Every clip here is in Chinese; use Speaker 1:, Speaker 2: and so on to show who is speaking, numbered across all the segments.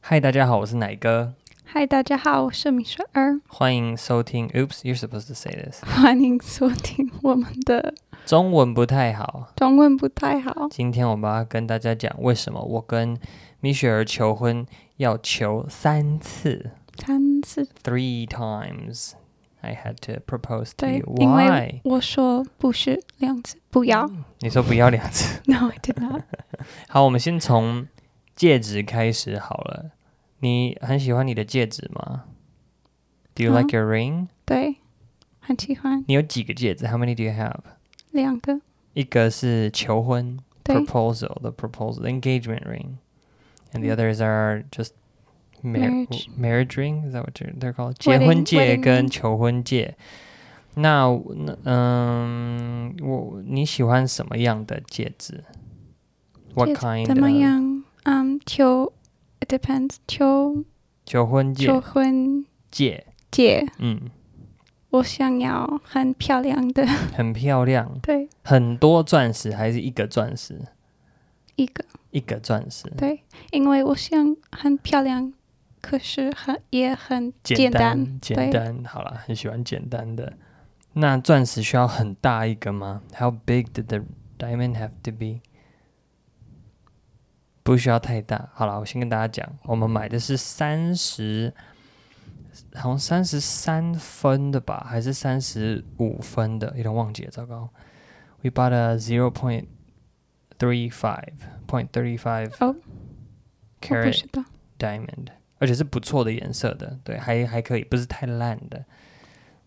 Speaker 1: 嗨，大家好，我是奶哥，
Speaker 2: 嗨，大家好，我是米雪儿，
Speaker 1: 欢迎收听。Oops, you're supposed to say this。
Speaker 2: 欢迎收听我们的
Speaker 1: 中文不太好，
Speaker 2: 中文不太好，
Speaker 1: 今天我们要跟大家讲为什么我跟米雪儿求婚要求三次
Speaker 2: 三次
Speaker 1: ，three times。I had to propose to
Speaker 2: 对
Speaker 1: you.
Speaker 2: 因为
Speaker 1: Why？
Speaker 2: 我说不是两次，不要、
Speaker 1: 你说不要两次。
Speaker 2: n o I did not 。
Speaker 1: 好，我们先从戒指开始好了。你很喜欢你的戒指吗？Do you
Speaker 2: 嗯
Speaker 1: like your ring？、
Speaker 2: 对，很喜欢
Speaker 1: 你有几个戒指？How many do you have？
Speaker 2: 两个，
Speaker 1: 一个是求婚
Speaker 2: 对
Speaker 1: proposal, the proposal the engagement ring, and the
Speaker 2: 嗯
Speaker 1: others are just mar-
Speaker 2: Hmm. Marriage.
Speaker 1: marriage ring. Is that what they're- they're called? 结
Speaker 2: Wedding-
Speaker 1: 婚戒
Speaker 2: wedding
Speaker 1: 跟
Speaker 2: ring
Speaker 1: 求婚戒。那那嗯，我你喜欢什么样的戒指？What
Speaker 2: 戒指
Speaker 1: kind？
Speaker 2: 怎么
Speaker 1: of-
Speaker 2: 样？嗯，求 it depends，求
Speaker 1: 求婚
Speaker 2: 求
Speaker 1: 戒
Speaker 2: 婚
Speaker 1: 戒，
Speaker 2: 戒，
Speaker 1: 嗯，
Speaker 2: 我想要很漂亮的，
Speaker 1: 很漂亮，
Speaker 2: 对，
Speaker 1: 很多钻石还是一个钻石？
Speaker 2: 一个
Speaker 1: 一个钻石，
Speaker 2: 对，因为我想很漂亮，可是很也很
Speaker 1: 简
Speaker 2: 简单
Speaker 1: 单，简
Speaker 2: 对
Speaker 1: 单，好啦，很喜欢简单的。那钻石需要很大一个吗？How big did the diamond have to be？不需要太大。好啦，我先跟大家讲，我们买的是三十，好像三十三分的吧，还是三十五分的，有点忘记了，糟糕。We bought a zero point three five point thirty five
Speaker 2: 哦我不
Speaker 1: carat
Speaker 2: 知道。
Speaker 1: diamond，而且是不错的颜色的，对，还还可以，不是太烂的，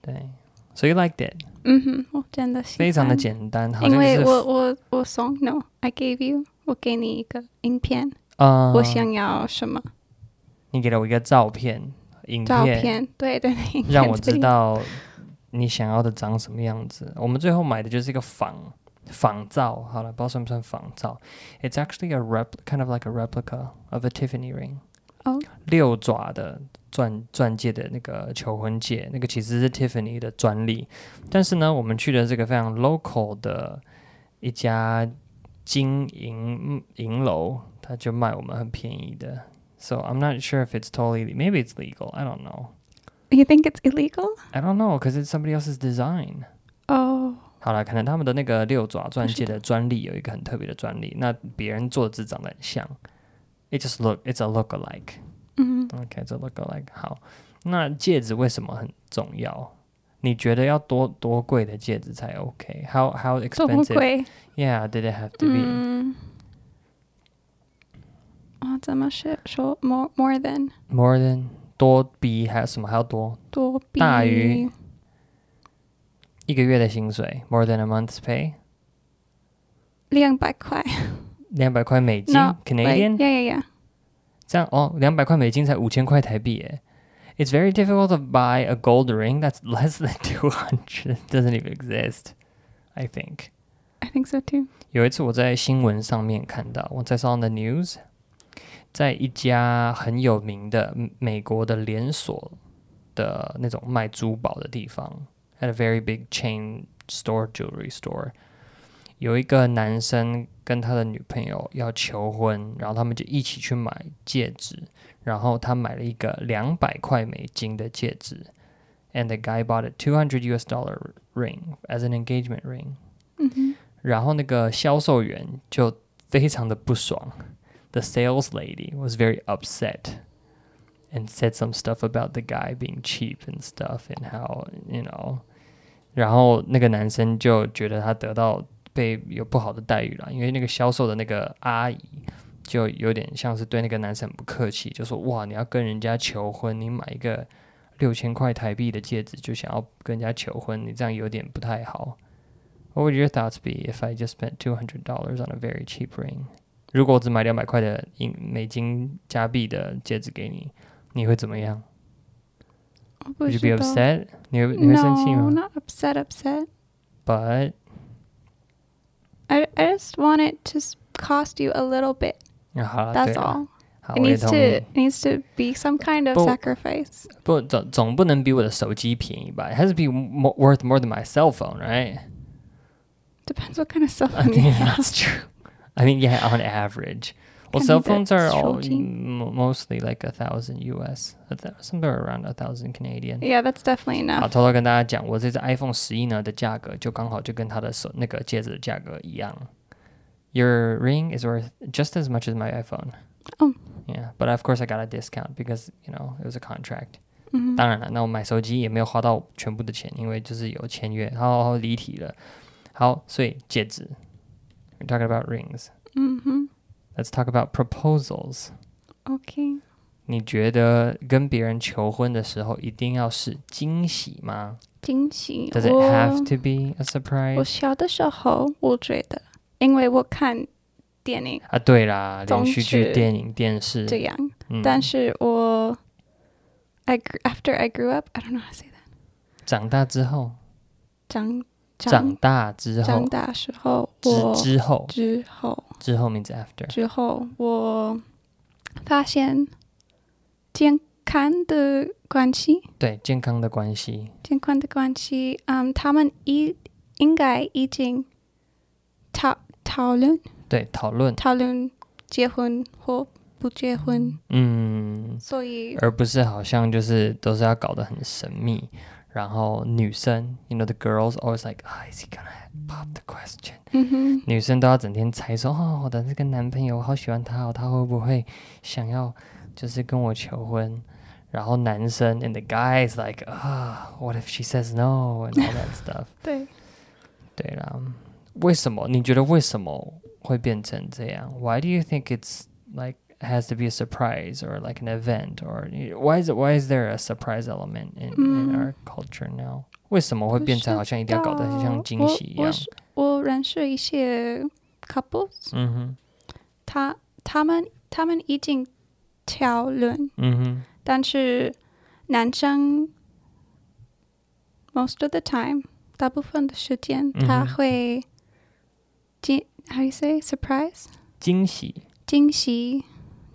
Speaker 1: 对。So you liked it，
Speaker 2: 嗯哼，我真的喜欢
Speaker 1: 非常的简单，好像
Speaker 2: 因为
Speaker 1: 就是
Speaker 2: 我我我送 no，I gave you，我给你一个影片，
Speaker 1: 呃，
Speaker 2: 我想要什么
Speaker 1: 你给了我一个照片、影
Speaker 2: 照
Speaker 1: 片，
Speaker 2: 片？对对对，影
Speaker 1: 让
Speaker 2: 片
Speaker 1: 我知
Speaker 2: 这里。
Speaker 1: 道你想要的长什么样子。我们最后买的就是一个仿仿造，好了，不知道算不算仿造。It's actually a rep, kind of like a replica of a Tiffany ring.
Speaker 2: 哦
Speaker 1: 六爪的钻钻戒的那个求婚戒，那个其实是 Tiffany 的专利。但是呢，我们去的这个非常 local 的一家金银银楼，他就卖我们很便宜的。So I'm not sure if it's totally, maybe it's legal. I don't know.
Speaker 2: You think it's illegal？
Speaker 1: I don't know, cause it's somebody else's design.
Speaker 2: 哦，
Speaker 1: 好了，可能他们的那个六爪钻戒
Speaker 2: 是
Speaker 1: 的专利有一个很特别的专利，那别人做的字长得很像。It just look, it's a look alike.
Speaker 2: 嗯，
Speaker 1: OK，it's a look alike. 好，那戒指为什么很重要？你觉得要多多贵的戒指才 OK？How、how
Speaker 2: 这么
Speaker 1: expensive?
Speaker 2: 贵，
Speaker 1: Yeah, did it have to be?
Speaker 2: 嗯，啊，怎么是说 more more than
Speaker 1: More than 多比还有什么还要多？
Speaker 2: 多比
Speaker 1: 大于一个月的薪水，more than a month's pay，
Speaker 2: 两百块？
Speaker 1: 两百块美金
Speaker 2: No,
Speaker 1: Canadian。
Speaker 2: 呀呀呀，
Speaker 1: 这样哦，两百块美金才五千块台币耶。It's very difficult to buy a gold ring that's less than two hundred. Doesn't even exist, I think.
Speaker 2: I think so too。
Speaker 1: 有一次我在新闻上面看到，我在 on the news，在一家很有名的美国的连锁的那种卖珠宝的地方，at a very big chain store jewelry store，有一个男生跟他的女朋友要求婚，然后他们就一起去买戒指，然后他买了一个两百块美金的戒指，and the guy bought a two hundred US dollar ring as an engagement ring。
Speaker 2: 嗯哼，
Speaker 1: 然后那个销售员就非常的不爽，the sales lady was very upset and said some stuff about the guy being cheap and stuff and how you know，然后那个男生就觉得他得到被有不好的待遇了，因为那个销售的那个阿姨就有点像是对那个男生很不客气，就说哇你要跟人家求婚，你买一个六千块台币的戒指就想要跟人家求婚，你这样有点不太好。What would your thoughts be if I just spent two hundred dollars on a very cheap ring？如果我只买两百块的银美金加币的戒指给你，你会怎么样
Speaker 2: 我不
Speaker 1: ？Would you
Speaker 2: 知
Speaker 1: be
Speaker 2: 道。
Speaker 1: upset？你会你会生气吗
Speaker 2: No, not upset, upset.
Speaker 1: ？But
Speaker 2: I, I just want it to s- cost you a little bit.
Speaker 1: 啊好啦，对
Speaker 2: That's
Speaker 1: 啦，
Speaker 2: all.
Speaker 1: 好，
Speaker 2: It
Speaker 1: 我也
Speaker 2: needs
Speaker 1: 同
Speaker 2: to
Speaker 1: 意
Speaker 2: it。needs to be some kind of
Speaker 1: But-
Speaker 2: sacrifice.
Speaker 1: 不总总不能比我的手机便宜吧？It has to be more, worth more than my cell phone, right?
Speaker 2: Depends what kind of cell
Speaker 1: I
Speaker 2: phone you
Speaker 1: think
Speaker 2: have.
Speaker 1: that's true. I mean, yeah, on average. Well,
Speaker 2: Penny
Speaker 1: cell phones are
Speaker 2: that's
Speaker 1: all
Speaker 2: shorting.
Speaker 1: m- mostly like a thousand US, a thou- somewhere around a thousand Canadian.
Speaker 2: Yeah, that's definitely
Speaker 1: 好，
Speaker 2: enough.
Speaker 1: 偷偷跟大家讲，我这只 iPhone 十一呢的价格就刚好就跟它的手那个戒指的价格一样。Your ring is worth just as much as my iPhone.
Speaker 2: Oh.
Speaker 1: Yeah, but of course I got a discount because you know it was a contract.
Speaker 2: 嗯哼
Speaker 1: 当然了，那我买手机也没有花到全部的钱，因为就是有签约。好好离题了。好，所以戒指，we're talking about rings.
Speaker 2: 嗯哼
Speaker 1: Let's talk about proposals.
Speaker 2: ，OK，
Speaker 1: 你觉得跟别人求婚的时候一定要是惊喜吗
Speaker 2: 惊喜。
Speaker 1: ？Does it
Speaker 2: 我
Speaker 1: have to be a
Speaker 2: 我
Speaker 1: surprise？
Speaker 2: 小的时候，我觉得，因为我看电影
Speaker 1: 啊，对啦，连
Speaker 2: 总
Speaker 1: 续剧、
Speaker 2: 是
Speaker 1: 电影、电视，
Speaker 2: 这样，
Speaker 1: 嗯，
Speaker 2: 但是我，I grew, after I grew up, I don't know how to say that.
Speaker 1: 长大之后，
Speaker 2: 长
Speaker 1: 长
Speaker 2: 长
Speaker 1: 大之
Speaker 2: 长
Speaker 1: 后，
Speaker 2: 大时候，我
Speaker 1: 之之后
Speaker 2: 之后
Speaker 1: 之后 means after。
Speaker 2: 之后，我发现健康的关系，
Speaker 1: 对，健康的关系，
Speaker 2: 健康的关系，嗯，他们一应该已经讨讨论
Speaker 1: 对，讨论，
Speaker 2: 讨论结婚或不结婚，
Speaker 1: 嗯，
Speaker 2: 所以
Speaker 1: 而不是好像就是都是要搞得很神秘。然后女生，you know the girls always like, ah, is he gonna pop the question？
Speaker 2: 嗯哼。
Speaker 1: 女生都要整天猜说，哦，我的这个男朋友，我好喜欢他哦，他会不会想要就是跟我求婚？然后男生 and the guys like 啊、w h a t if she says no and all that stuff？
Speaker 2: 对，
Speaker 1: 对啦，为什么？你觉得为什么会变成这样？Why do you think it's like has to be a surprise or like an event or why is it, why is there a surprise element in、in
Speaker 2: 嗯
Speaker 1: our culture now？为什么会
Speaker 2: 不
Speaker 1: 变成
Speaker 2: 知
Speaker 1: 好像一定要搞得很像惊喜一
Speaker 2: 我我
Speaker 1: 样？
Speaker 2: 是我认识一些 couples，
Speaker 1: 嗯哼，
Speaker 2: 他他们他们已经讨论，
Speaker 1: 嗯哼。
Speaker 2: 但是男生 most of the time 大部分的时间
Speaker 1: 嗯哼
Speaker 2: 他会惊、how do you say surprise
Speaker 1: 惊喜，
Speaker 2: 惊喜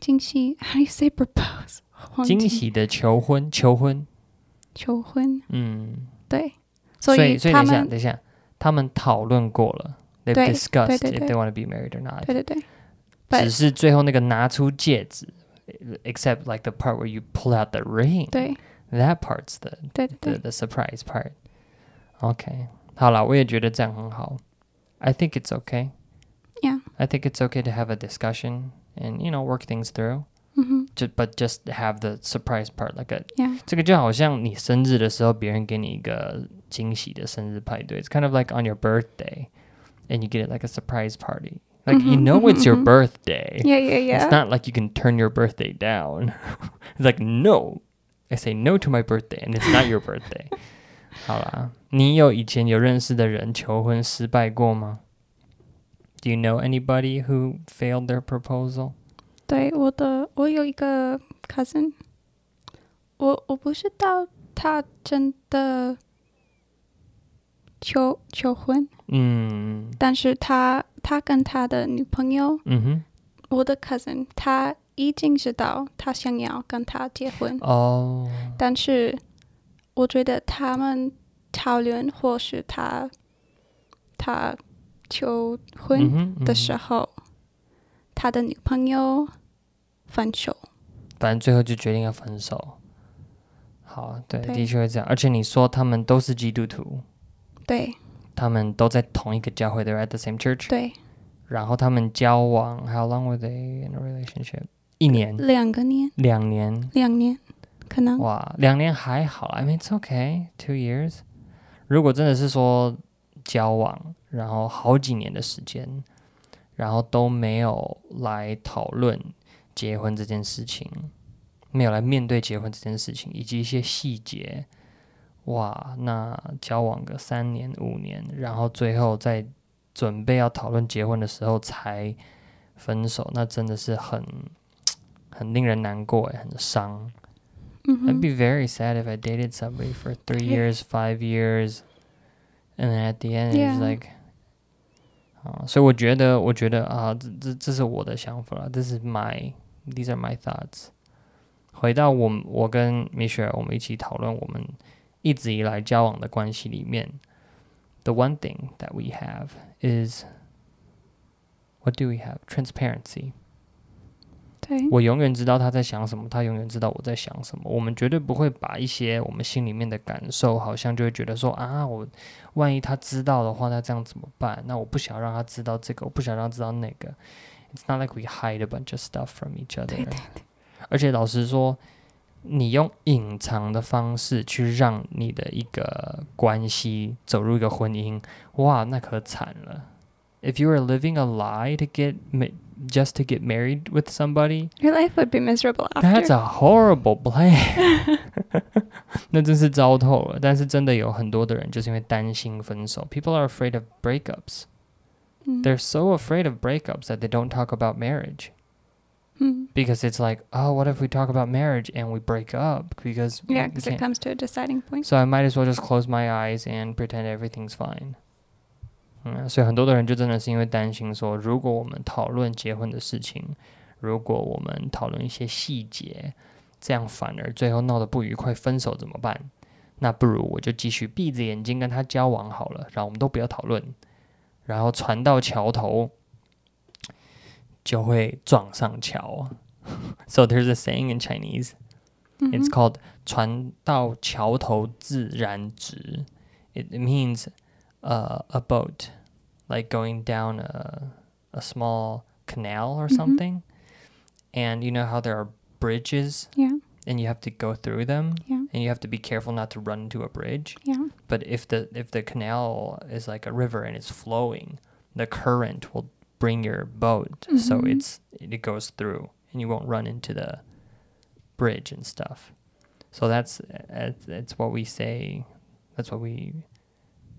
Speaker 2: 惊喜 how do you say propose 忘记
Speaker 1: 惊喜的求婚，求婚，
Speaker 2: 求婚
Speaker 1: 嗯，
Speaker 2: 对，
Speaker 1: 所
Speaker 2: 以
Speaker 1: 所以
Speaker 2: 他
Speaker 1: 等一下，
Speaker 2: 们
Speaker 1: 等一下，他们讨论过了，they've
Speaker 2: 对
Speaker 1: discussed
Speaker 2: 对对
Speaker 1: if they want to be married or not，
Speaker 2: 对对对
Speaker 1: 只是最后那个拿出戒指，except like the part where you pull out the ring，
Speaker 2: 对
Speaker 1: ，that part's the
Speaker 2: 对对
Speaker 1: the
Speaker 2: 对
Speaker 1: the surprise part。OK，好了，我也觉得这样很好。I think it's okay.
Speaker 2: Yeah.
Speaker 1: I think it's okay to have a discussion and you know work things through.
Speaker 2: 嗯哼
Speaker 1: Ju- but just have the surprise part like a
Speaker 2: yeah
Speaker 1: 这个就好像你生日的时候，别人给你一个惊喜的生日派对。It's kind of like on your birthday, and you get it like a surprise party. Like you
Speaker 2: 嗯哼
Speaker 1: know it's your
Speaker 2: 嗯哼嗯哼
Speaker 1: birthday.
Speaker 2: yeah yeah yeah
Speaker 1: It's not like you can turn your birthday down. it's like no, I say no to my birthday, and it's not your birthday. 好啦，你有以前有认识的人求婚失败过吗？Do you know anybody who failed their proposal?
Speaker 2: 对，我的我有一个 cousin，我我不知道他真的求求婚，
Speaker 1: 嗯
Speaker 2: 但是他他跟他的女朋友，
Speaker 1: 嗯哼。
Speaker 2: 我的 cousin，他已经知道他想要跟他结婚，
Speaker 1: 哦、
Speaker 2: 但是我觉得他们讨论或是他他求
Speaker 1: 嗯
Speaker 2: 婚
Speaker 1: 哼，嗯
Speaker 2: 的
Speaker 1: 哼
Speaker 2: 时候，他的女朋友分手。
Speaker 1: 反正最后就决定要分手。好，对，
Speaker 2: 对
Speaker 1: 的确会这样。而且你说他们都是基督徒，
Speaker 2: 对
Speaker 1: 他们都在同一个教会，they're at the same church。
Speaker 2: 对，
Speaker 1: 然后他们交往，how long were they in a relationship？一年、
Speaker 2: 两个年，
Speaker 1: 两年，
Speaker 2: 两年，可能
Speaker 1: 哇，两年还好，I 啊 mean it's okay, two years。如果真的是说交往，然后好几年的时间，然后都没有来讨论结婚这件事情，没有来面对结婚这件事情以及一些细节，哇，那交往个三年五年，然后最后在准备要讨论结婚的时候才分手，那真的是很很令人难过，欸很伤。
Speaker 2: 嗯
Speaker 1: I'd
Speaker 2: 哼
Speaker 1: be very sad if I dated somebody for three
Speaker 2: Mm-hmm. Yeah.
Speaker 1: years, five years, and then at the end it's
Speaker 2: Yeah.
Speaker 1: like. oh, 啊、所以我觉得，我觉得啊，这这 uh, 这是我的想法了。This is my, these are my thoughts. 回到我们，我跟 Michelle 我们一起讨论我们一直以来交往的关系里面，the one thing that we have is what do we have? Transparency.
Speaker 2: 对，
Speaker 1: 我永远知道他在想什么，他永远知道我在想什么。我们绝对不会把一些我们心里面的感受，好像就会觉得说啊，我万一他知道的话，那这样怎么办？那我不想让他知道这个，我不想让他知道那个。It's not like we hide a bunch of stuff from each other。
Speaker 2: 对对
Speaker 1: 而且老实说，你用隐藏的方式去让你的一个关系走入一个婚姻，哇，那可惨了。If you are living a lie to get ma- just to get married with somebody,
Speaker 2: Your life would be miserable after.
Speaker 1: that's a horrible plan. 那真是糟透了。但是真的有很多的人就是因为担心分手，people are afraid of breakups.
Speaker 2: 嗯
Speaker 1: They're so afraid of breakups that they don't talk about marriage.
Speaker 2: 嗯
Speaker 1: because it's like, oh, what if we talk about marriage and we break up? Because we-
Speaker 2: Yeah,
Speaker 1: we
Speaker 2: because it
Speaker 1: can't-
Speaker 2: comes to a deciding point.
Speaker 1: so I might as well just close my eyes and pretend everything's fine. 嗯，所以很多的人就真的是因为担心说，如果我们讨论结婚的事情，如果我们讨论一些细节，这样反而最后闹得不愉快，分手怎么办？那不如我就继续闭着眼睛跟他交往好了，然后我们都不要讨论，然后船到桥头就会撞上桥。so there's a saying in Chinese
Speaker 2: 嗯
Speaker 1: It's
Speaker 2: 哼
Speaker 1: called 船到桥头自然直. It means uh, a boat, like going down a, a small canal or
Speaker 2: Mhm.
Speaker 1: something. And you know how there are bridges
Speaker 2: Yeah,
Speaker 1: and you have to go through them
Speaker 2: yeah,
Speaker 1: and you have to be careful not to run into a bridge.
Speaker 2: yeah.
Speaker 1: But if the if the canal is like a river and it's flowing, the current will bring your boat so
Speaker 2: Mhm.
Speaker 1: it's it goes through and you won't run into the bridge and stuff. So that's uh, that's what we say. That's what we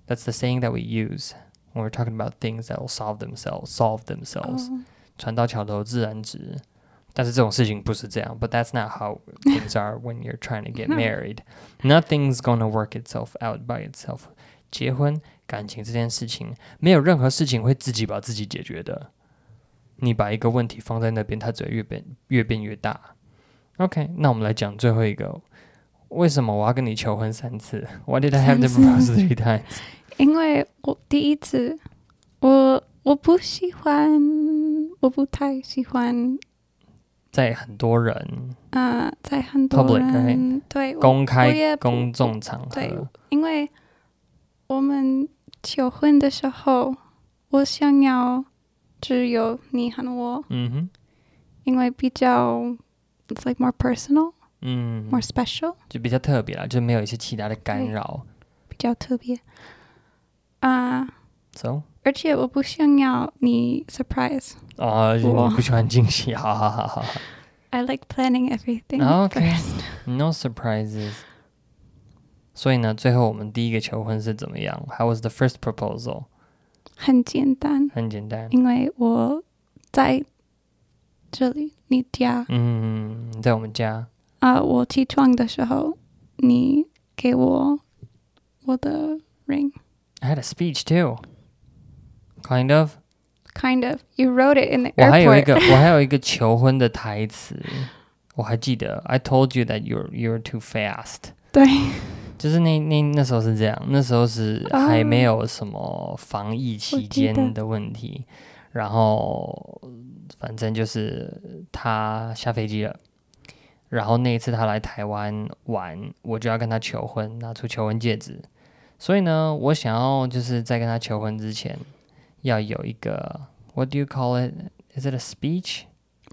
Speaker 1: that's the saying that we use when we're talking about things that will solve themselves solve themselves.
Speaker 2: Oh,
Speaker 1: 船到桥头自然直。但是这种事情不是这样，but that's not how things are when you're trying to get
Speaker 2: No.
Speaker 1: married. Nothing's gonna work itself out by itself. 结婚感情这件事情，没有任何事情会自己把自己解决的。你把一个问题放在那边，它只会越变越变越大。OK，那我们就来讨论一下，Why did I have to
Speaker 2: 三次。
Speaker 1: propose three times?
Speaker 2: 因为我第一次，我我不喜欢，我不太喜欢，
Speaker 1: 在很多人
Speaker 2: 呃，在很多
Speaker 1: Public,
Speaker 2: 人对我
Speaker 1: 公开
Speaker 2: 我也不
Speaker 1: 公众场合，
Speaker 2: 对，因为我们求婚的时候，我想要只有你和我，
Speaker 1: 嗯哼，
Speaker 2: 因为比较，it's like more personal,
Speaker 1: 嗯，
Speaker 2: more special，
Speaker 1: 就比较特别啦，就没有一些其他的干
Speaker 2: 对
Speaker 1: 扰。
Speaker 2: 比较特别啊。
Speaker 1: So
Speaker 2: 而且我不想要你 surprise。
Speaker 1: 啊、你
Speaker 2: 哇
Speaker 1: 不喜欢惊喜，好好好好 好
Speaker 2: I like planning everything.
Speaker 1: Oh, Okay.
Speaker 2: first.
Speaker 1: ，No surprises。所以呢，最后我们第一个求婚是怎么样？How was the first proposal？
Speaker 2: 很简单，
Speaker 1: 很简单，
Speaker 2: 因为我在这里，你家
Speaker 1: 嗯，在我们家，
Speaker 2: 啊、我起床的时候，你给我我的 ring。
Speaker 1: I had a speech too. Kind of，
Speaker 2: Kind of, you wrote it in the
Speaker 1: 我还有一个，
Speaker 2: airport.
Speaker 1: 我还有一个求婚的台词，我还记得。I told you that you're you're too fast.
Speaker 2: 对，
Speaker 1: 就是那那那时候是这样，那时候是
Speaker 2: 哦
Speaker 1: 还没有什么防疫期
Speaker 2: 我
Speaker 1: 间
Speaker 2: 记
Speaker 1: 的问题，然后反正就是他下飞机了，然后那一次他来台湾玩，我就要跟他求婚，拿出求婚戒指，所以呢，我想要就是在跟他求婚之前要有一个 What do you call it? Is it a speech?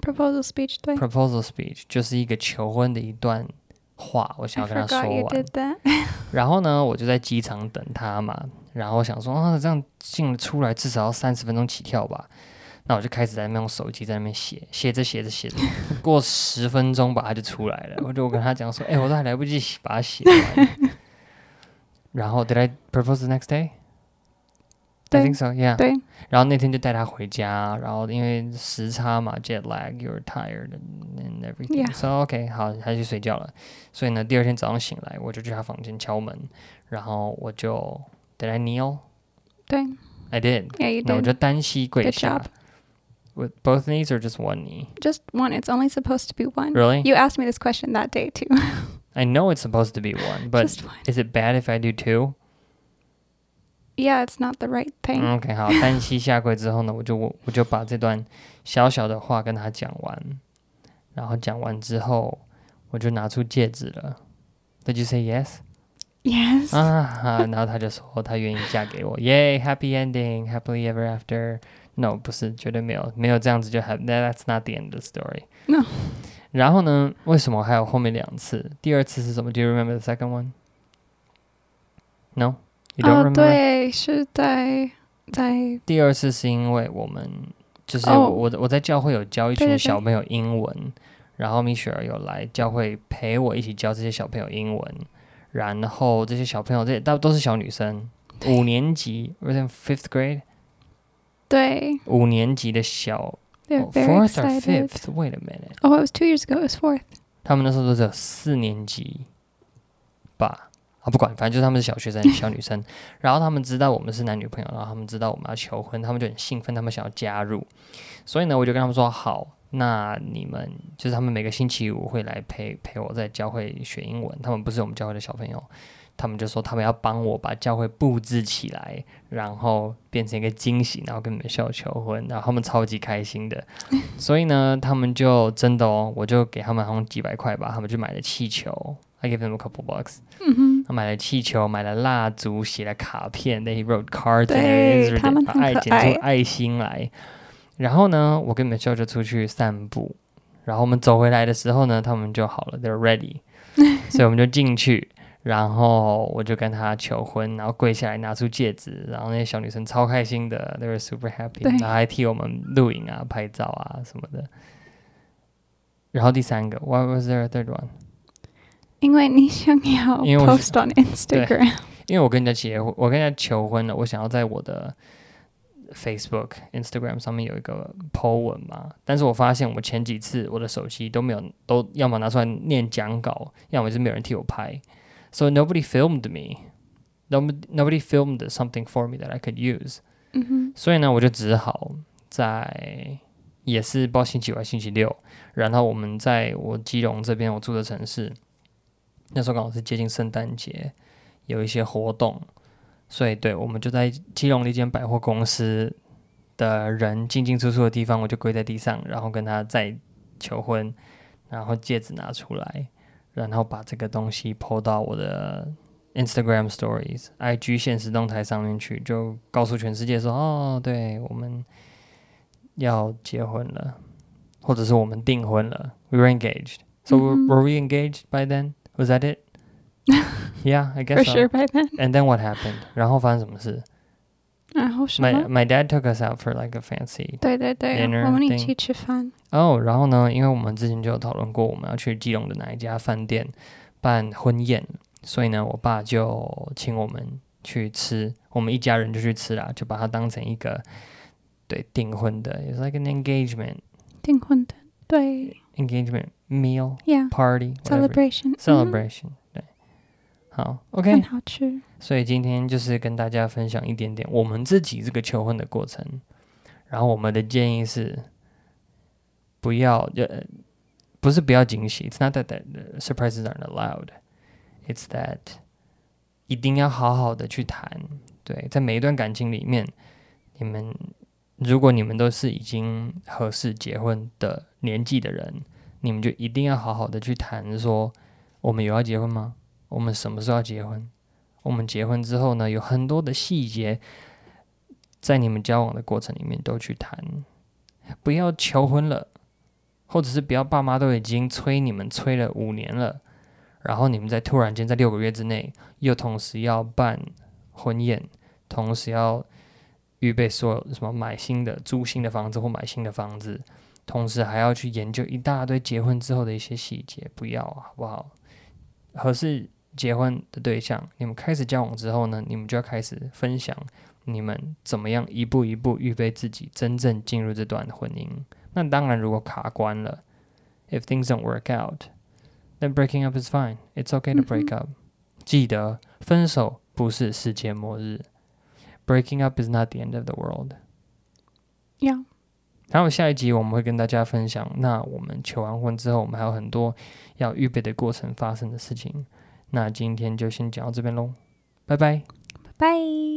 Speaker 2: proposal speech. 对
Speaker 1: Proposal speech 就是一个求婚的一段话，我想
Speaker 2: I
Speaker 1: 要跟他
Speaker 2: forgot
Speaker 1: 说
Speaker 2: you
Speaker 1: 完
Speaker 2: did。that.
Speaker 1: 然后呢，我就在机场等他嘛，然后想说啊，这样进出来至少要三十分钟起跳吧。那我就开始在那边用手机在那边写，写着写着写着，过十分钟吧，他就出来了。我就我跟他讲说，哎、我都还来不及把它写完。然后 Did I propose the next day? I
Speaker 2: 对
Speaker 1: think so. Yeah.
Speaker 2: 对，
Speaker 1: 然后那天就带他回家，然后因为时差嘛，jet lag, you're tired and, and everything.
Speaker 2: Yeah.
Speaker 1: So OK，好，他去睡觉了。所以呢，第二天早上醒来，我就去他房间敲门，然后我就 Did I kneel?
Speaker 2: 对
Speaker 1: I did.
Speaker 2: Yeah, you
Speaker 1: 那我
Speaker 2: did.
Speaker 1: 就单膝跪
Speaker 2: Good
Speaker 1: 下
Speaker 2: job.。
Speaker 1: With both knees or just one knee?
Speaker 2: Just one. It's only supposed to be one.
Speaker 1: Really?
Speaker 2: You asked me this question that day too.
Speaker 1: I know it's supposed to be one, but
Speaker 2: Just one.
Speaker 1: is it bad if I do two?
Speaker 2: Yeah, it's not the right thing.
Speaker 1: 嗯 OK，好，单膝下跪之后呢，我就我我就把这段小小的话跟他讲完。然后讲完之后，我就拿出戒指了。Did you say yes？
Speaker 2: Yes.
Speaker 1: 啊哈！然后他就说他愿意嫁给我，耶！Happy ending，happily ever after。No，不是，绝对没有，没有这样子就 have。That's not the end of the story。
Speaker 2: No.
Speaker 1: 然后呢？为什么还有后面两次？第二次是什么？Do you remember the second one? No, you don't
Speaker 2: 哦，
Speaker 1: remember.
Speaker 2: Oh, 对，是在在
Speaker 1: 第二次是因为我们就是我
Speaker 2: 哦
Speaker 1: 我我在教会有教一
Speaker 2: 对
Speaker 1: 群
Speaker 2: 对对
Speaker 1: 小朋友英文，然后米雪儿有来教会陪我一起教这些小朋友英文，然后这些小朋友这大都是小女生，五年级，was in fifth grade，
Speaker 2: 对
Speaker 1: 五年级的小、
Speaker 2: ，They're
Speaker 1: oh,
Speaker 2: very
Speaker 1: fourth or
Speaker 2: excited.
Speaker 1: fifth，wait a minute，
Speaker 2: Oh, it was two years ago. It was fourth.
Speaker 1: 他们那时候都只有四年级吧。啊，不管，反正就是他们是小学生、小女生，然后他们知道我们是男女朋友，然后他们知道我们要求婚，他们就很兴奋，他们想要加入。所以呢，我就跟他们说好，那你们就是他们每个星期五会来陪陪我在教会学英文，他们不是我们教会的小朋友，他们就说他们要帮我把教会布置起来，然后变成一个惊喜，然后跟美秀求婚，然后他们超级开心的，所以呢，他们就真的哦，我就给他们好像几百块吧，他们去买了气球。I gave them a couple bucks.
Speaker 2: 嗯
Speaker 1: 他买了气球，买了蜡烛，写了卡片。They wrote cards.
Speaker 2: 对
Speaker 1: and everything，
Speaker 2: 他们
Speaker 1: 把
Speaker 2: 很
Speaker 1: 爱
Speaker 2: 可
Speaker 1: 剪出
Speaker 2: 爱
Speaker 1: 爱心来。然后呢，我跟 Michelle 就出去散步。然后我们走回来的时候呢，他们就好了，They're ready，所以我们就进去。然后我就跟她求婚，然后跪下来拿出戒指，然后那些小女生超开心的，they were super happy，
Speaker 2: 对
Speaker 1: 然后还替我们录影啊、拍照啊什么的。然后第三个，Why was there a third one？
Speaker 2: 哼，因为你想要
Speaker 1: 因为我
Speaker 2: post on Instagram，
Speaker 1: 因为我跟人家结婚，我跟人家求婚了，我想要在我的 Facebook、Instagram 上面有一个 po 文嘛，但是我发现我前几次我的手机都没有，都要么拿出来念讲稿，要么就是没有人替我拍，so nobody filmed me。Nobody, nobody filmed something for me that I could use，
Speaker 2: 嗯哼，
Speaker 1: 所以呢，我就只好在也是不知道星期五还是星期六，然后我们在我基隆这边我住的城市，那时候刚好是接近圣诞节，有一些活动，所以对我们就在基隆的一间百货公司的人进进出出的地方，我就跪在地上，然后跟他再求婚，然后戒指拿出来，然后把这个东西 PO 到我的 Instagram Stories、IG 现实动态上面去，就告诉全世界说：“哦，对我们要结婚了，或者是我们订婚了，We were engaged。” So were,
Speaker 2: 嗯哼
Speaker 1: were we engaged by then? Was that it? yeah, I guess
Speaker 2: for
Speaker 1: so.
Speaker 2: sure by then。
Speaker 1: And then what happened? 然后发生什么事？
Speaker 2: 然后什
Speaker 1: My um,
Speaker 2: 么？
Speaker 1: my dad took us out for like a fancy
Speaker 2: 对对对，
Speaker 1: dinner
Speaker 2: 我们一
Speaker 1: thing
Speaker 2: 起吃饭。
Speaker 1: 哦，然后呢，因为我们之前就有讨论过我们要去基隆的哪一家饭店办婚宴，所以呢，我爸就请我们去吃，我们一家人就去吃啦，就把它当成一个对订婚的，it's like an engagement
Speaker 2: 订婚的，对
Speaker 1: engagement meal
Speaker 2: ，Yeah
Speaker 1: party whatever
Speaker 2: celebration 嗯
Speaker 1: celebration、对，好，OK，
Speaker 2: 很好吃。
Speaker 1: 所以今天就是跟大家分享一点点我们自己这个求婚的过程，然后我们的建议是不要呃不是不要惊喜，It's not that that uh, surprises aren't allowed, it's that 一定要好好的去谈。对，在每一段感情里面，你们如果你们都是已经合适结婚的年纪的人，你们就一定要好好的去谈说，我们有要结婚吗？我们什么时候要结婚？我们结婚之后呢，有很多的细节，在你们交往的过程里面都去谈，不要求婚了，或者是不要爸妈都已经催你们催了五年了，然后你们在突然间在六个月之内又同时要办婚宴，同时要预备所有什么买新的、租新的房子或买新的房子，同时还要去研究一大堆结婚之后的一些细节，不要啊好不好？合适结婚的对象，你们开始交往之后呢，你们就要开始分享你们怎么样一步一步预备自己真正进入这段婚姻。那当然，如果卡关了，if things don't work out。Then breaking up is fine. It's okay to break up. 记得，分手不是世界末日。Breaking up is not the end of the world.
Speaker 2: Yeah，
Speaker 1: 然后下一集我们会跟大家分享，那我们求完婚之后，我们还有很多要预备的过程发生的事情。那今天就先讲到这边喽，拜拜。
Speaker 2: 拜拜。